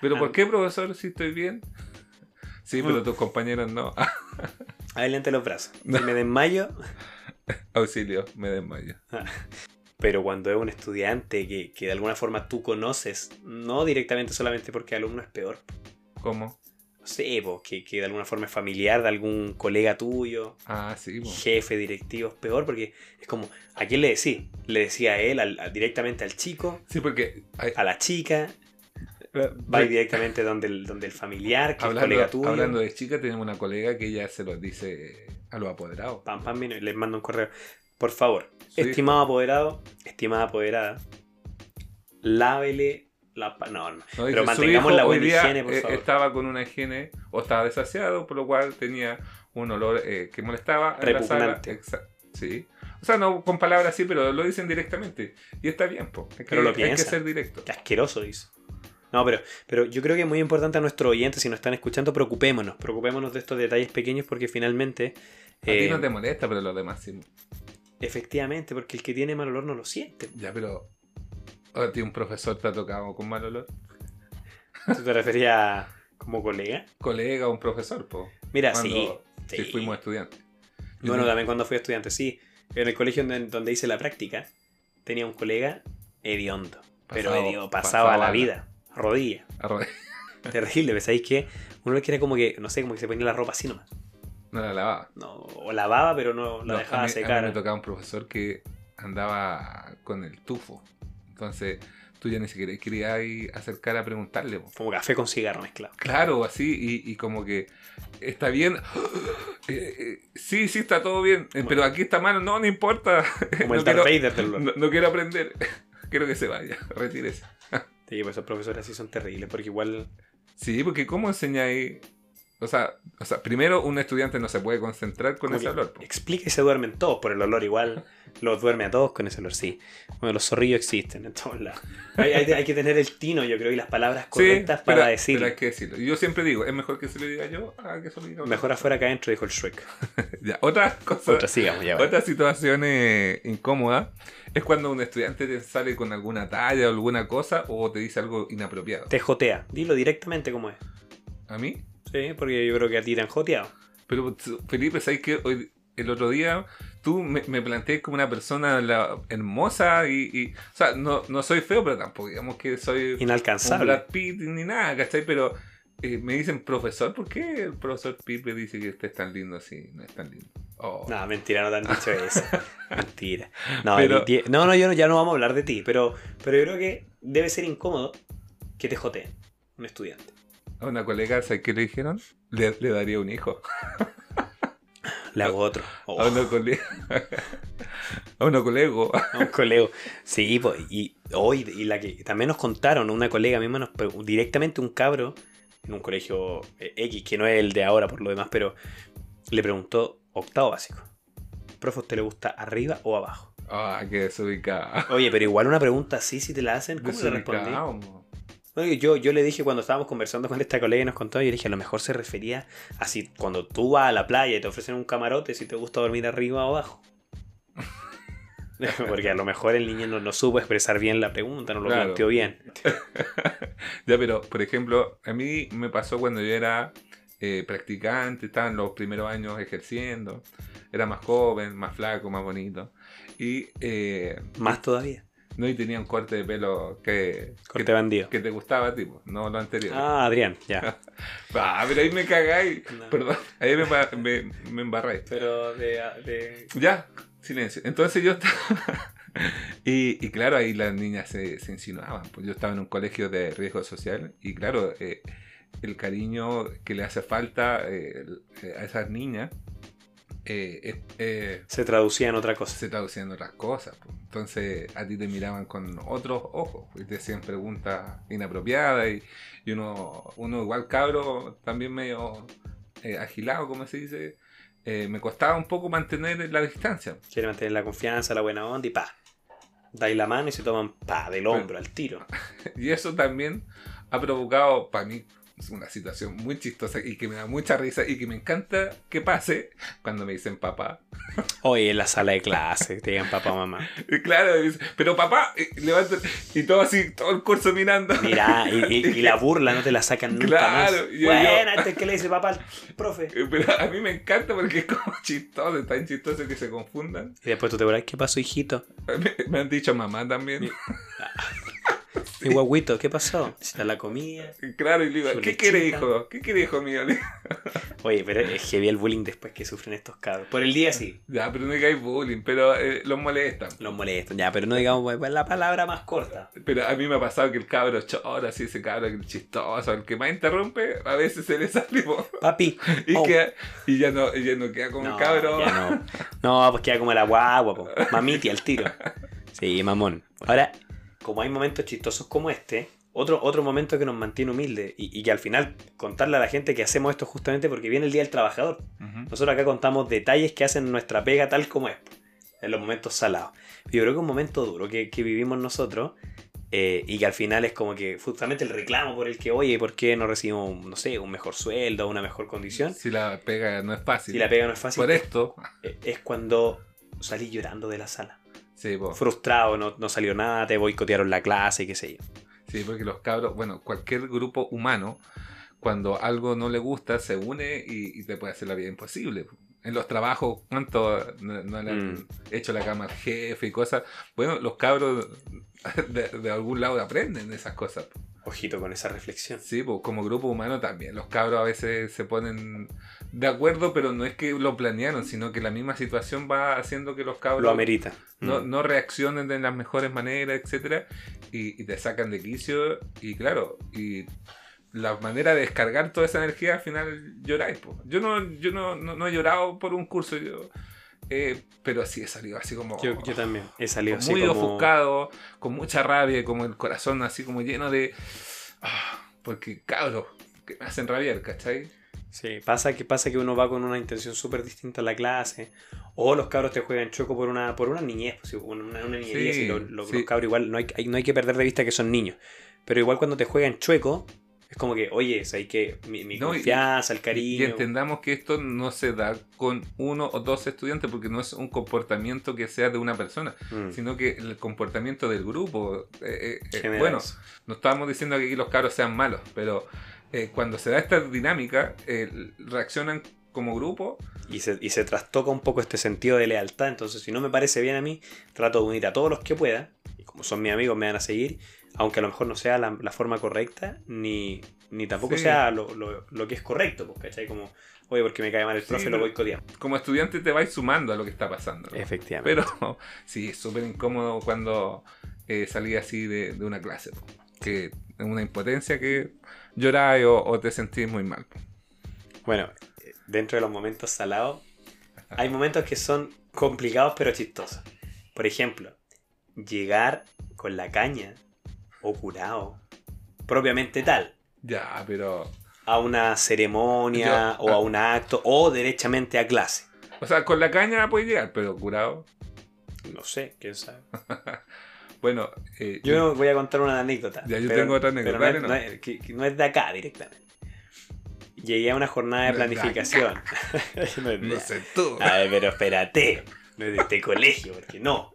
¿Pero
Ah.
por qué, profesor, si estoy bien? Sí, pero tus compañeros no.
Adelante los brazos. Si me desmayo,
Auxilio, me desmayo.
Pero cuando es un estudiante que, que de alguna forma tú conoces, no directamente solamente porque alumno es peor,
¿Cómo?
no sé, po, que, que de alguna forma es familiar de algún colega tuyo,
Ah, sí, po.
jefe, directivo, es peor porque es como, ¿a quién le decís? Le decía a él, al- a- directamente al chico,
Sí, porque ay,
a la chica, Ah, va directamente donde el, donde el familiar, que es colega
hablando,
tuyo.
hablando de chica, tenemos una colega que ella se los dice a los apoderados.
Pam, pam, vino y les mando un correo. Por favor,
Sí.
estimado apoderado, estimada apoderada, lávele la... pa- No, no.
No,
Pero
dice, su
mantengamos
hijo
la
hoy
buena
día,
higiene, por
eh,
favor.
Estaba con una higiene o estaba desasiado, por lo cual tenía un olor eh, que molestaba. en la sala.
Repugnante.
Exa- Sí. O sea, no con palabras así, pero lo dicen directamente. Y está bien, po. Hay que,
Pero lo
hay que
piensa.
ser directo.
Qué asqueroso, dice. No, pero, pero yo creo que es muy importante a nuestros oyentes, si nos están escuchando, preocupémonos. Preocupémonos de estos detalles pequeños porque finalmente...
A ti
eh,
no te molesta, pero los demás sí.
Efectivamente, porque el que tiene mal olor no lo siente.
Ya, pero. ¿A ti un profesor te ha tocado con mal olor?
¿Tú te referías a- como colega?
Colega o un profesor, po.
Mira,
Cuando-
sí.
Si
sí.
fuimos estudiantes. Yo
Bueno,
tengo-
también cuando fui estudiante, sí. En el colegio donde, donde hice la práctica, tenía un colega hediondo. Pero
Pasado-
hediondo,
pasado
pasaba
a
la
la-
vida. Rodilla.
arro-
Terrible, pero ¿sabéis qué? Uno que era como que, no sé, como que se ponía la ropa así nomás.
No la lavaba.
No, o lavaba, pero no la
No,
dejaba
a mí, a
secar.
mí me tocaba un profesor que andaba con el tufo. Entonces, tú ya ni siquiera querías ir acercar a preguntarle. po.
Como café con cigarro mezclado.
Claro, así, y, y como que está bien. Eh, eh, sí, sí, está todo bien, eh, pero aquí está mal. No, no importa.
Como
No
el Darth
quiero-
Vader del olor.
No, no quiero aprender. Quiero que se vaya, retírese.
Sí, pues esos profesores así son terribles, porque igual.
Sí, porque ¿cómo enseñáis? O sea, o sea, primero un estudiante no se puede concentrar con
como
ese
que
olor. po.
Explica y se duermen todos por el olor, igual. Los duerme a todos con ese olor, sí. Bueno, los zorrillos existen en todos lados. Hay, hay- hay que tener el tino, yo creo, y las palabras correctas para
pero-
decir.
pero hay que decirlo. Yo siempre digo, es mejor que se lo diga yo a que se lo diga otro.
Mejor afuera que adentro, dijo el Shrek.
Ya, otra cosa,
Otra, sigamos ya. va.
otra situación eh, incómoda es cuando un estudiante te sale con alguna talla o alguna cosa o te dice algo inapropiado.
Te jotea. Dilo directamente como es.
¿A mí?
Sí, porque yo creo que a ti te han joteado.
Pero t- Felipe, ¿sabes que hoy, el otro día tú me, me planteas como una persona la- hermosa y, y- O sea, no, no soy feo, pero tampoco digamos que soy un
Inalcanzable.
Brad Pitt ni nada, ¿cachai? Pero eh, me dicen, profesor, ¿por qué el profesor Pitt me dice que este es tan lindo si no es tan lindo? Oh.
No, mentira, no te han dicho eso. mentira. No,
Pero-
el die- no, no, yo no, ya no vamos a hablar de ti, pero, pero yo creo que debe ser incómodo que te joteen un estudiante.
A una colega, ¿sabes qué le dijeron? Le, le daría un hijo.
Le hago otro. Oh,
A una colega. A una colego.
a un colega. Sí, po, y hoy, y la que también nos contaron, una colega misma nos pre- directamente un cabro en un colegio eh, X, que no es el de ahora por lo demás, pero le preguntó octavo básico. Profe, ¿a ¿usted le gusta arriba o abajo?
Ah, qué desubicada.
Oye, pero igual una pregunta así, si te la hacen, ¿cómo le respondí?
Desubicado, mo.
Oye, yo, yo le dije cuando estábamos conversando con esta colega y nos contó, yo le dije, a lo mejor se refería a si cuando tú vas a la playa y te ofrecen un camarote, si te gusta dormir arriba o abajo. Porque a lo mejor el niño no, no supo expresar bien la pregunta, no lo
Claro.
planteó bien.
Ya, pero, por ejemplo, a mí me pasó cuando yo era eh, practicante, estaba en los primeros años ejerciendo. Era más joven, más flaco, más bonito. Y, eh,
Más todavía.
no, y tenía un corte de pelo que,
Corte
que,
bandido.
que te gustaba, tipo, no lo anterior.
Ah, Adrián, ya.
Ah, pero ahí me cagáis.
No.
Ah, Perdón, ahí me, pa- me, me embarráis.
Pero de...
Ya, silencio. Entonces yo estaba. y, y claro, ahí las niñas se, se insinuaban. Pues yo estaba en un colegio de riesgo social y claro, eh, el cariño que le hace falta eh, el- a esas niñas eh, es- eh,
Se traducía en otra cosa.
se traducía en otras cosas. pues. Entonces a ti te miraban con otros ojos pues, y te hacían preguntas inapropiadas y, y uno, uno igual cabro, también medio eh, agilado, como se dice. eh, me costaba un poco mantener la distancia.
Quiere mantener la confianza, la buena onda y pa. Dais la mano y se toman pa del hombro, al tiro.
Y eso también ha provocado, para mí, es una situación muy chistosa y que me da mucha risa y que me encanta que pase cuando me dicen papá.
Hoy en la sala de clase, te digan papá mamá.
Y claro, dice, pero papá, y levanta y todo así, todo el curso mirando.
Mira, y, y- y la burla no te la sacan nunca
Claro,
más.
yo- yo-
Buena, este es que le dice papá al profe.
Pero a mí me encanta porque es como chistoso, es tan chistoso que se confundan.
Y después tú te verás, ¿qué pasó, hijito?
Me, me han dicho mamá también.
Mi guaguito, ¿qué pasó? Está la comida.
Y Claro, y le digo,
Su
¿qué quiere
lechita.
hijo? ¿Qué quiere hijo mío? Le digo,
Oye, pero es heavy el bullying después que sufren estos cabros. Por el día sí,
Ya, pero no digáis bullying, pero eh, los molestan.
los molestan, ya, pero no digamos pues, la palabra más corta.
Pero a mí me ha pasado que el cabro chora, así ese cabro que es chistoso, el que más interrumpe, a veces se le sale po,
Papi.
y,
oh.
queda- y ya no, y ya no queda como
No,
el cabro.
ya no. No, pues queda como la guagua, po. mamiti al tiro. Sí, mamón. Ahora, como hay momentos chistosos como este, otro, otro momento que nos mantiene humildes y, y que al final contarle a la gente que hacemos esto justamente porque viene el Día del Trabajador.
Ujú.
Nosotros acá contamos detalles que hacen nuestra pega tal como es, en los momentos salados. Yo creo que un momento duro que, que vivimos nosotros eh, y que al final es como que justamente el reclamo por el que, oye, ¿por qué no recibimos, no sé, un mejor sueldo, una mejor condición?
Si la pega no es fácil.
Si la pega no es fácil,
Por esto,
eh, es cuando salí llorando de la sala.
sí, po.
Frustrado, no, no salió nada, te boicotearon la clase, qué sé yo.
Sí, porque los cabros, bueno, cualquier grupo humano, cuando algo no le gusta, se une y, y te puede hacer la vida imposible. En los trabajos, ¿cuánto no, no le han
Mm.
hecho la cama al jefe y cosas? Bueno, los cabros de, de algún lado aprenden esas cosas. po.
Ojito con esa reflexión.
Sí, pues como grupo humano también. Los cabros a veces se ponen de acuerdo, pero no es que lo planearon, sino que la misma situación va haciendo que los cabros
Lo amerita.
no,
Mm.
no reaccionen de las mejores maneras, etcétera, y, y te sacan de quicio, y claro, y la manera de descargar toda esa energía al final lloráis. po. Yo no, yo no, no, no he llorado por un curso, yo, eh, pero sí he salido así como
Yo, yo también he salido así
muy
como-
ofuscado, con mucha rabia, y como el corazón así como lleno de "Ah", porque cabros, que me hacen rabiar, ¿cachai?
Sí, pasa que, pasa que uno va con una intención súper distinta a la clase. O los cabros te juegan choco por una, por una niñez, pues, una, una niñería,
Sí,
si lo- lo-
sí.
los cabros igual no hay, hay- no hay que perder de vista que son niños. Pero igual cuando te juegan chueco, es como que, oye, hay que mi, mi
No, y-
confianza, el
Y
cariño.
entendamos que esto no se da con uno o dos estudiantes, porque no es un comportamiento que sea de una persona.
Mm,
sino que el comportamiento del grupo. eh, eh, eh,
general
bueno,
eso.
no estábamos diciendo que aquí los cabros sean malos, pero eh, cuando se da esta dinámica, eh, reaccionan como grupo.
Y se, y se trastoca un poco este sentido de lealtad. Entonces, si no me parece bien a mí, trato de unir a todos los que pueda. Y como son mis amigos, me van a seguir. Aunque a lo mejor no sea la, la forma correcta, ni, ni tampoco
Sí.
sea lo, lo- lo que es correcto. Pues, ¿cachai? Como, oye, porque me cae mal el
Sí,
profe, lo
pero-
boicoteamos.
Como estudiante te vais sumando a lo que está pasando. ¿no?
Efectivamente.
Pero sí, es súper incómodo cuando eh, salí así de, de una clase. po, Que es una impotencia que lloráis o, o te sentís muy mal. po.
Bueno, eh, dentro de los momentos salados, hay momentos que son complicados pero chistosos. Por ejemplo, llegar con la caña o curado, propiamente tal.
Ya, pero.
a una ceremonia
Yo-
o a
ah.
un acto o derechamente a clase.
O sea, con la caña puedes llegar, pero curado.
No sé, quién sabe.
Bueno, eh,
Yo no voy a contar una anécdota.
Ya, yo tengo otra anécdota,
pero no, es-
dale,
no
no.
es, que- que no es de acá directamente. Llegué a una jornada de
No es de
planificación. No Ah. es de-
no sé tú.
A ver, pero espérate. No es de este colegio, porque no.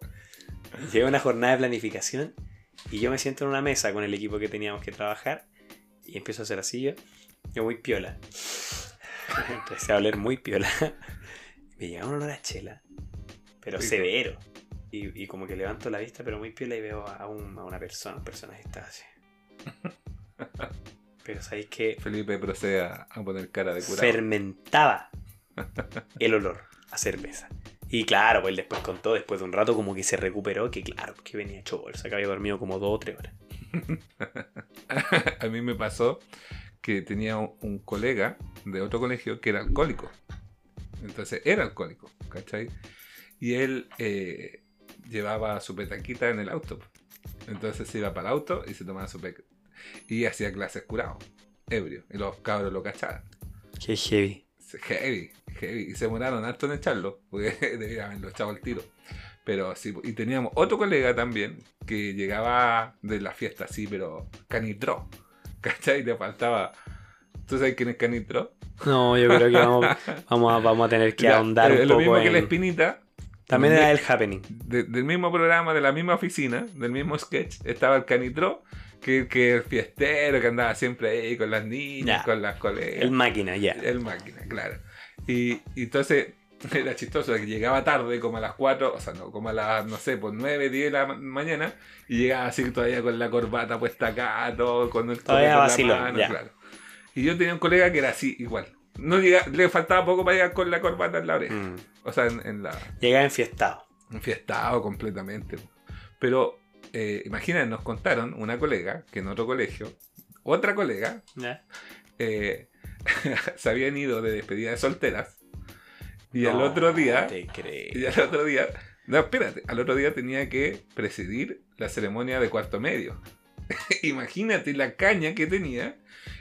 Llegué a una jornada de planificación y yo me siento en una mesa con el equipo que teníamos que trabajar y empiezo a hacer así yo. Yo muy piola. Empecé a hablar muy piola. Me llegaba un olor a chela, pero
Rico.
severo. Y, y como que levanto la vista, pero muy piola y veo a, un- a una persona, un personaje que está así. Pero sabéis que
Felipe procede a a poner cara de curado.
fermentaba el olor a cerveza. Y claro, pues él después contó, después de un rato, como que se recuperó, que claro, que venía hecho bolsa, que había dormido como dos o tres horas.
a mí me pasó que tenía un, un colega de otro colegio que era alcohólico. Entonces era alcohólico, ¿cachai? Y él eh, llevaba su petaquita en el auto. Entonces se iba para el auto y se tomaba su petaquita. Y hacía clases curado, ebrio. Y los cabros lo cachaban.
Qué heavy.
Heavy, heavy. Y se demoraron harto en echarlo, porque debían haberlo echado al tiro. Pero sí, y teníamos otro colega también que llegaba de la fiesta, sí, pero canidró. ¿Cachai? Le faltaba ¿Tú sabes quién es Canitro?
No, yo creo que vamos, vamos, a, vamos a tener que
Ya,
ahondar
eh,
un
Lo
poco
mismo que la
en-
espinita,
También era el happening.
de- del mismo programa, de la misma oficina, del mismo sketch, estaba el Canitro, que, que el fiestero, que andaba siempre ahí con las niñas,
Ya.
con las colegas.
El máquina, ya.
El máquina, claro. Y, y entonces era chistoso que llegaba tarde, como a las 4, o sea, no, como a las, no sé, pues 9, 10 de la ma- mañana, y llegaba así todavía con la corbata puesta acá, todo, con el
Todavía
con la
vacilón, ya.
claro. Y yo tenía un colega que era así, igual. No llega, le faltaba poco para llegar con la corbata en la oreja.
Mm.
O sea, en, en la.
Llegaba enfiestado.
Enfiestado completamente. Pero, eh, imagina, nos contaron una colega que en otro colegio, otra colega,
¿Ya?
eh, se habían ido de despedida de solteras. Y al
No
otro día,
te creo.
y al otro día, no, espérate, al otro día tenía que presidir la ceremonia de cuarto medio. Imagínate la caña que tenía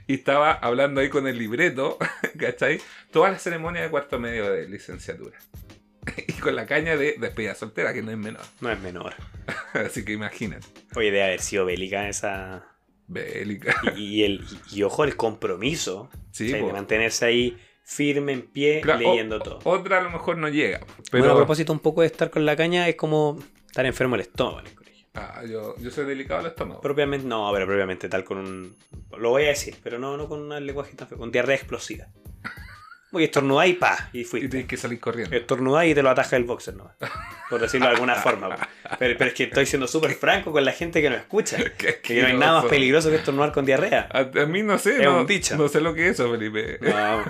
y estaba hablando ahí con el libreto, ¿cachai? Todas las ceremonias de cuarto medio de licenciatura. y con la caña de despedida soltera, que no es menor.
No es menor.
Así que imagínate.
Oye, debe haber sido bélica esa.
Bélica.
Y, y el, y, y ojo, el compromiso.
Sí,
o sea, de
po.
mantenerse ahí firme en pie,
Claro,
leyendo
o-
todo.
Otra a lo mejor no llega. Pero
Bueno, a propósito, un poco de estar con la caña es como estar enfermo el estómago en el colegio.
Ah, yo, yo soy delicado al estómago.
Propiamente, no, pero propiamente tal con un. Lo voy a decir, pero no, no con un lenguaje tan feo, con diarrea explosiva. Porque estornudá y pa, y
y
fuiste.
tienes que salir corriendo.
Estornudá y te lo ataja el boxer, ¿no? Por decirlo de alguna forma. po. Pero, pero es que estoy siendo súper franco con la gente que nos escucha.
Qué
Que no hay nada más
asqueroso.
peligroso que estornudar con diarrea.
A, a mí no sé,
Es
no,
un dicho.
no sé lo que es eso, Felipe.
No,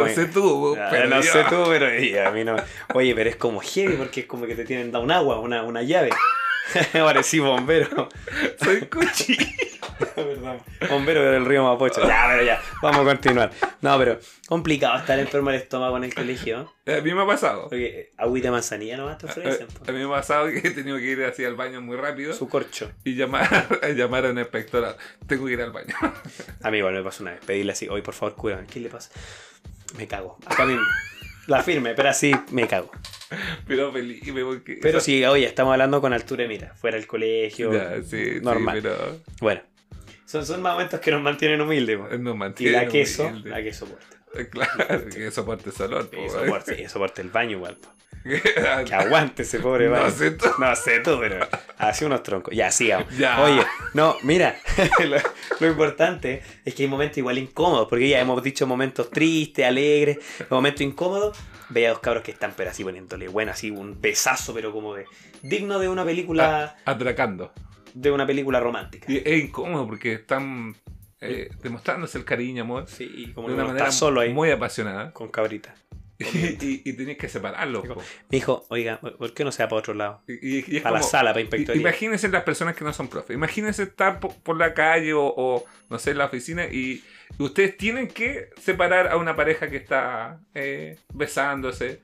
no sé tú,
Ah,
pero
no
yo-
sé tú, pero y a mí no. Oye, pero es como heavy porque es como que te tienen dado un agua, una, una llave. Parecí bombero.
soy cuchi.
Verdad, bombero del río Mapocho. Ya, pero ya, vamos a continuar. No, pero complicado estar enfermo el estómago en el colegio.
A mí me ha pasado.
Porque eh, agüita de manzanilla nomás te ofrecen. po.
A, a mí me ha pasado que he tenido que ir así al baño muy rápido
Su corcho.
y llamar, llamar a una inspectora. Tengo que ir al baño.
A mí igual me pasó una vez. Pedirle así, oye, por favor, cúrame. ¿Qué le pasa? Me cago. Acá mismo. La firme, pero así me cago.
Pero Felipe, porque.
Pero sí, oye, estamos hablando con altura y mira, fuera del colegio.
Ya, sí, sí,
normal.
pero
Bueno, son, son momentos que nos mantienen humildes. po. Y
no mantiene
la queso,
humilde.
la que soporta.
Claro, que soporte pues. salón.
Y soporta, y soporta el baño igual. po. Que
Ah, No
aguante ese pobre baño.
sé tú.
No sé tú, pero hace unos troncos. Ya, sigamos.
Ya.
Oye, no, mira, lo, lo importante es que hay momentos igual incómodos, porque ya hemos dicho momentos tristes, alegres, momentos incómodos. Veía a dos cabros que están, pero así poniéndole, bueno, así un pesazo, pero como de. digno de una película,
Ah. Atracando.
de una película romántica.
Y es incómodo porque están eh, demostrándose el cariño, amor, de
Sí, y como que
una
uno
manera
está solo ahí,
muy apasionada.
con cabrita.
Y, y, y tenías que separarlos. po.
Me dijo, oiga, ¿por qué no se va para otro lado?
Y, y- y es
Para la
como-
sala, para
i-
inspectoría.
Imagínense las personas que no son profes. Imagínense estar po- por, la calle o, o, no sé, en la oficina y ustedes tienen que separar a una pareja que está eh, besándose.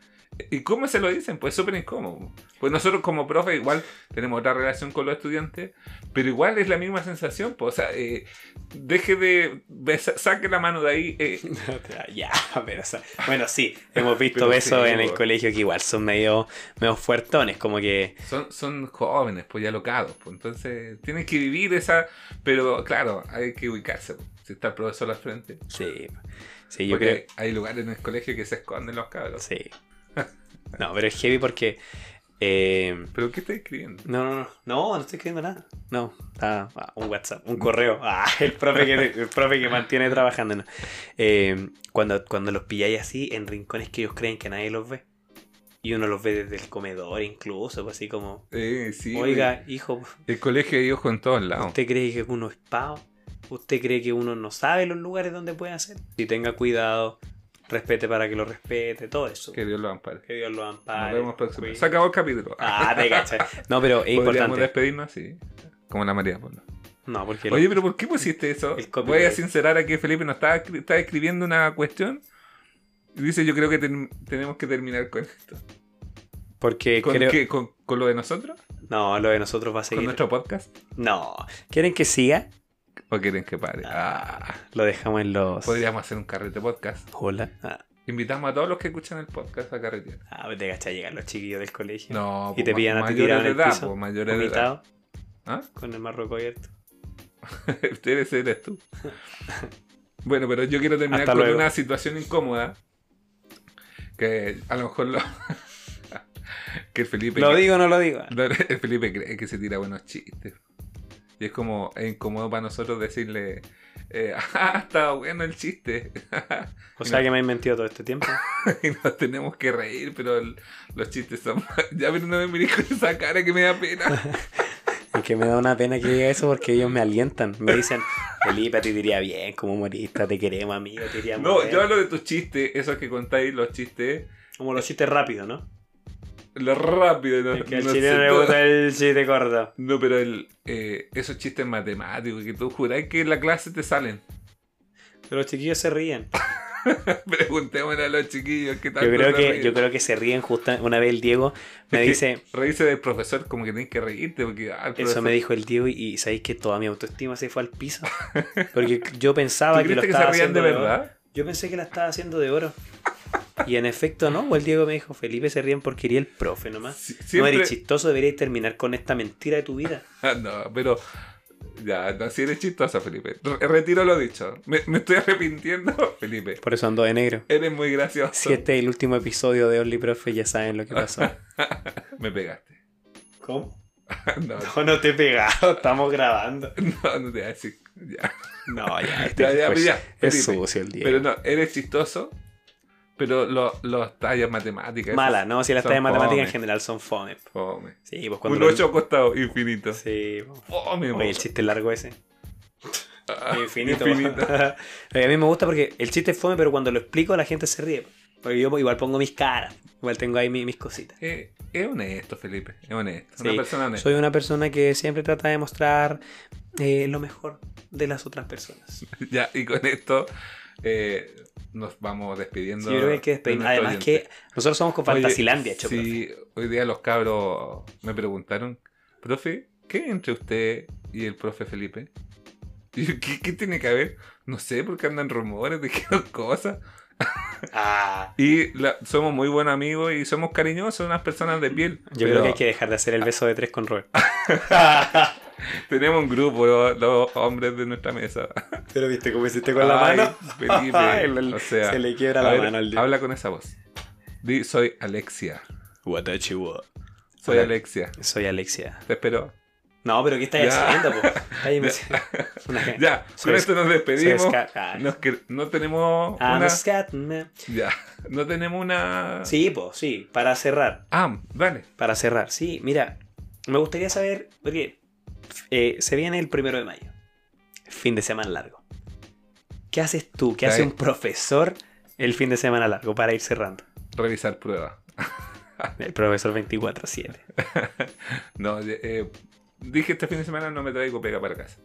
¿Y cómo se lo dicen? Pues súper incómodo. Pues nosotros como profe igual tenemos otra relación con los estudiantes, pero igual es la misma sensación. Pues, o sea, eh, deje de... besa- saque la mano de ahí. eh,
ya, pero, o sea, bueno, sí, hemos visto
Pero
besos
sí,
en el
po.
colegio que igual son medio, medio fuertones, como que
son, son jóvenes, pues ya locados, pues entonces tienen que vivir esa, pero claro, hay que ubicarse, pues. si está el profesor al frente.
Sí, sí, yo
porque hay lugares en el colegio que se esconden los
creo.
cabros.
Sí. No, pero es heavy porque. eh,
¿Pero qué estás escribiendo?
no, no, no, no, no estoy escribiendo nada. No, ah, ah, un WhatsApp, un correo. Ah, el profe que, el profe que mantiene trabajando. no. Eh, cuando, cuando los pilláis así en rincones que ellos creen que nadie los ve. Y uno los ve desde el comedor, incluso, pues, así como.
Eh, sí,
Oiga, hijo,
güey. el colegio hay ojos en todos lados.
¿Usted cree que uno es pavo? ¿Usted cree que uno no sabe los lugares donde puede hacer? Si tenga cuidado, respete para que lo respete, todo eso.
Que Dios lo ampare.
Que Dios lo ampare.
Nos vemos próximo.
cuide.
Se acabó el capítulo.
Ah, te cachai. No, pero es
Podríamos
importante.
despedirnos así, como la María Paula.
No, porque.
Oye, pero ¿por qué pusiste eso?
el copyright.
Voy a sincerar aquí, Felipe, nos está, escri- está escribiendo una cuestión. Y dice, yo creo que ten- tenemos que terminar con esto.
Porque
¿Con,
Eh, creo.
qué? ¿Con- con lo de nosotros?
No, lo de nosotros va a
¿Con
seguir.
nuestro podcast?
No. ¿Quieren que siga?
¿O quieren que pare?
Ah.
Ah,
Lo dejamos en los.
podríamos hacer un carrete podcast.
Hola. Ah,
Invitamos a todos los que escuchan el podcast a carretear.
ah, te cachai, llegan los chiquillos del colegio.
No,
Y te
po,
pillan a ti
mayores
tirado en
de
el
edad,
piso,
po, mayores de edad.
Vomitado,
¿Ah? Este
Con el marro cubierto.
Ustedes eres tú. Bueno, pero yo quiero terminar
Hasta
con
luego.
una situación incómoda. Que a lo mejor lo. que el Felipe.
¿Lo digo o no lo digo?
El Felipe cree que se tira buenos chistes. Y es como es incómodo para nosotros decirle. eh, ah, está bueno el chiste.
O sea que me has mentido todo este tiempo.
y nos tenemos que reír, pero el- los chistes son. ya, pero no me miré con esa cara que me da pena.
Y que me da una pena que diga eso porque ellos me alientan. Me dicen, Felipe, te diría bien como humorista, te queremos, amigo, te diría
no, yo hablo de tus chistes, esos que contáis, los chistes.
Como los chistes rápidos, ¿no?
Lo rápido, no,
Es que al
no sé,
chileno le
todo.
gusta el chiste corto.
No, pero el, eh, esos chistes matemáticos que tú jurás que en la clase te salen.
Pero los chiquillos se ríen.
Preguntémosle a los chiquillos qué tal.
Yo creo que, yo creo que se ríen justa. Una vez el Diego me dice.
Reírse del profesor como que tienes que reírte porque... ah, el
Eso
profesor-
me dijo el Diego y sabéis que toda mi autoestima se fue al piso. Porque yo pensaba
¿Tú
que lo
crees que,
estaba
se rían
haciendo
de
oro.
verdad?
Yo pensé que la estaba haciendo de oro. Y en efecto no, pues el Diego me dijo, Felipe se ríen porque iría el profe nomás.
Si-
No
siempre-
eres chistoso, deberías terminar con esta mentira de tu vida.
Ah, no, pero... Ya, no, si eres chistosa, Felipe. Re- Retiro lo dicho. Me, me estoy arrepintiendo, Felipe.
Por eso ando de negro.
Eres muy gracioso.
Si este es el último episodio de Only Profe, ya saben lo que pasó.
Me pegaste.
¿Cómo?
No,
No, no te he pegado, estamos grabando.
no, no te voy a decir. Ya,
No, ya, este
ya, ya,
pues,
ya,
es
Felipe.
sucio el Diego.
Pero no, eres chistoso, pero lo- los tallas matemáticas.
Mala, ¿no? Si las
son
tareas de matemáticas en
fome.
general son fome.
Fome.
Sí, pues cuando...
Un
lo-
8 costado, infinito.
Sí, pues.
Fome,
Oye,
po.
el chiste largo ese.
Ah,
Infinito.
infinito.
Oye, a mí me gusta porque el chiste es fome, pero cuando lo explico la gente se ríe. Porque yo igual pongo mis caras. Igual tengo ahí mi- mis cositas.
Eh, es honesto, Felipe. Es honesto.
Sí,
Una persona honesta.
Soy una persona que siempre trata de mostrar eh, lo mejor de las otras personas.
Ya, y con esto eh, nos vamos despidiendo.
Sí, yo creo que hay que despedir.
de nuestro
Además que
oyente.
nosotros somos con
Oye,
Fantasilandia, Choco.
Sí, hoy día los cabros me preguntaron, profe, ¿qué hay entre usted y el profe Felipe? Y yo, ¿Qué, ¿Qué tiene que haber? No sé, porque andan rumores, dijeron cosas.
Ah,
Y la- somos muy buenos amigos y somos cariñosos, unas personas de piel.
yo creo que hay que dejar de hacer el beso de tres con Robert.
Tenemos un grupo, los, los hombres de nuestra mesa.
pero viste cómo hiciste
Ay, Felipe,
El- el-
o sea,
se le quiebra
a
la
ver,
mano al Diego.
Habla con esa voz. Di, soy Alexia.
Watashi wa.
Soy
Hola.
Alexia.
Soy Alexia.
Te espero.
No, pero ¿qué estás
Ya.
haciendo, po? Estás inventando- Una-
Ya,
Soy
con esto nos
soy
despedimos.
Scat- ah,
Nos que- no tenemos
I'm
una.
a Scatman.
Ya, no tenemos una.
Ah, Sí, pues, sí, para cerrar,
Ah, vale.
para cerrar, sí, mira, me gustaría saber, porque eh, se viene el primero de mayo, fin de semana largo. ¿Qué haces tú? ¿Qué hace
Ay.
un profesor el fin de semana largo para ir cerrando?
Revisar pruebas.
El profesor 24-7.
No, eh, dije este fin de semana no me traigo pega para casa.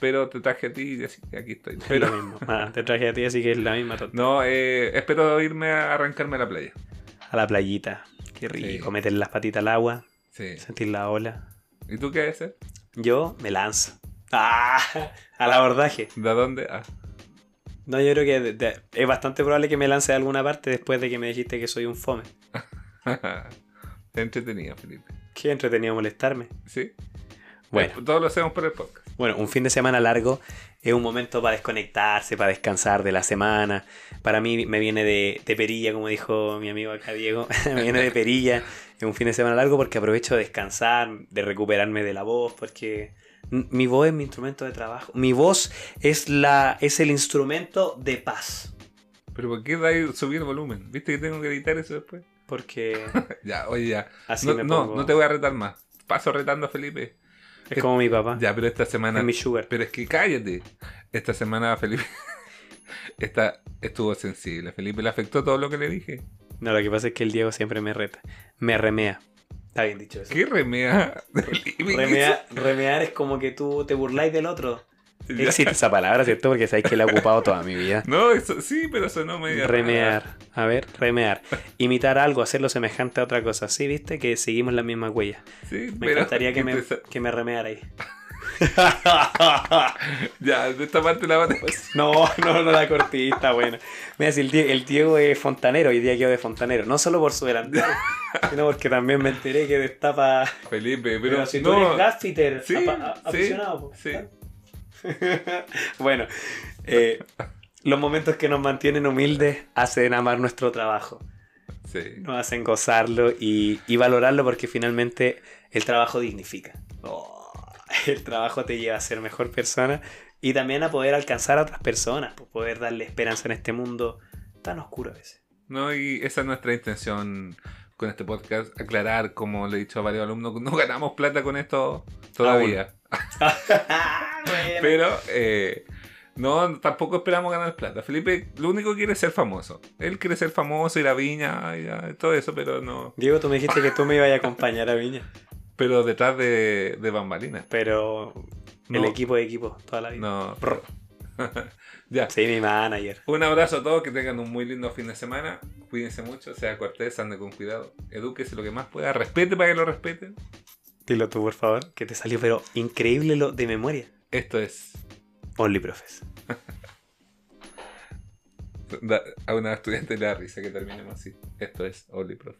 Pero te traje a ti y así que aquí estoy.
Es
Pero,
lo mismo. Ah, te traje a ti, así que es la misma tonta.
no, eh, espero irme a arrancarme a la playa.
A la playita. Qué rico.
Sí.
Meter las patitas al agua,
Sí.
sentir la ola.
¿Y tú qué haces?
Yo me lanzo. ¡Ah! Al abordaje.
¿De dónde? Ah.
No, yo creo que de- de- es bastante probable que me lance de alguna parte después de que me dijiste que soy un fome.
Entretenido, Felipe.
Qué entretenido molestarme.
Sí.
Bueno,
Eh, Todo lo hacemos por el podcast.
bueno, un fin de semana largo es un momento para desconectarse, para descansar de la semana. Para mí me viene de, de perilla, como dijo mi amigo acá Diego. me viene de perilla. Es un fin de semana largo porque aprovecho de descansar, de recuperarme de la voz, porque n- mi voz es mi instrumento de trabajo. Mi voz es, la, es el instrumento de paz.
Pero ¿por qué dais subir el volumen? ¿Viste que tengo que editar eso después?
Porque
Ya, oye, ya.
así
no,
me
no,
pongo.
no te voy a retar más. Paso retando a Felipe.
Es como mi papá.
Ya, pero esta
Es
semana.
mi sugar.
Pero es que cállate. Esta semana Felipe está, estuvo sensible. Felipe le afectó todo lo que le dije.
No, lo que pasa es que el Diego siempre me reta. Me remea. Está bien dicho eso.
¿Qué remea? Felipe, ¿qué
Remea- remear es como que tú te burláis del otro.
hizo? Ya.
Existe esa palabra, ¿cierto? Porque sabéis que la he ocupado toda mi vida.
No, eso, sí, pero eso no me.
Remear. A ver, remear. Imitar algo, hacerlo semejante a otra cosa. Sí, viste que seguimos las mismas huellas.
Sí,
Me
pero-
encantaría que me,
Entonces,
que me remearais.
Ya, de esta parte la va a tener que-
No, no, no la cortita, está buena. Mira, si el, Die- el Diego es fontanero, hoy día quedó de fontanero. No solo por su delantal, sino porque también me enteré que destapa.
Felipe, pero.
Pero, si tú
no,
eres gaffiter,
Sí,
apa- a-
sí,
aficionado, po.
sí.
bueno, eh, Los momentos que nos mantienen humildes hacen amar nuestro trabajo,
Sí.
nos hacen gozarlo y, y valorarlo porque finalmente el trabajo dignifica. Oh, el trabajo te lleva a ser mejor persona y también a poder alcanzar a otras personas, po, poder darle esperanza en este mundo tan oscuro a veces.
No, y esa es nuestra intención con este podcast, aclarar, como le he dicho a varios alumnos, no ganamos plata con esto todavía.
Ah,
Ah,
Bueno.
Pero eh, no, tampoco esperamos ganar plata. Felipe lo único que quiere es ser famoso. Él quiere ser famoso, ir a Viña, ir a- todo eso, pero no.
Diego, tú me dijiste que tú me ibas a acompañar a Viña,
Pero detrás de, de bambalinas.
pero el
No.
equipo de equipo toda la vida.
No. ya.
Sí, mi manager.
Un abrazo a todos, que tengan un muy lindo fin de semana. Cuídense mucho, sea cortés, ande con cuidado. Edúquese lo que más pueda. Respete para que lo respeten.
Dilo tú, por favor, que te salió, pero increíble lo de memoria.
Esto es.
Only Profes.
da- a una estudiante le da risa que terminemos así. Esto es Oli Prof.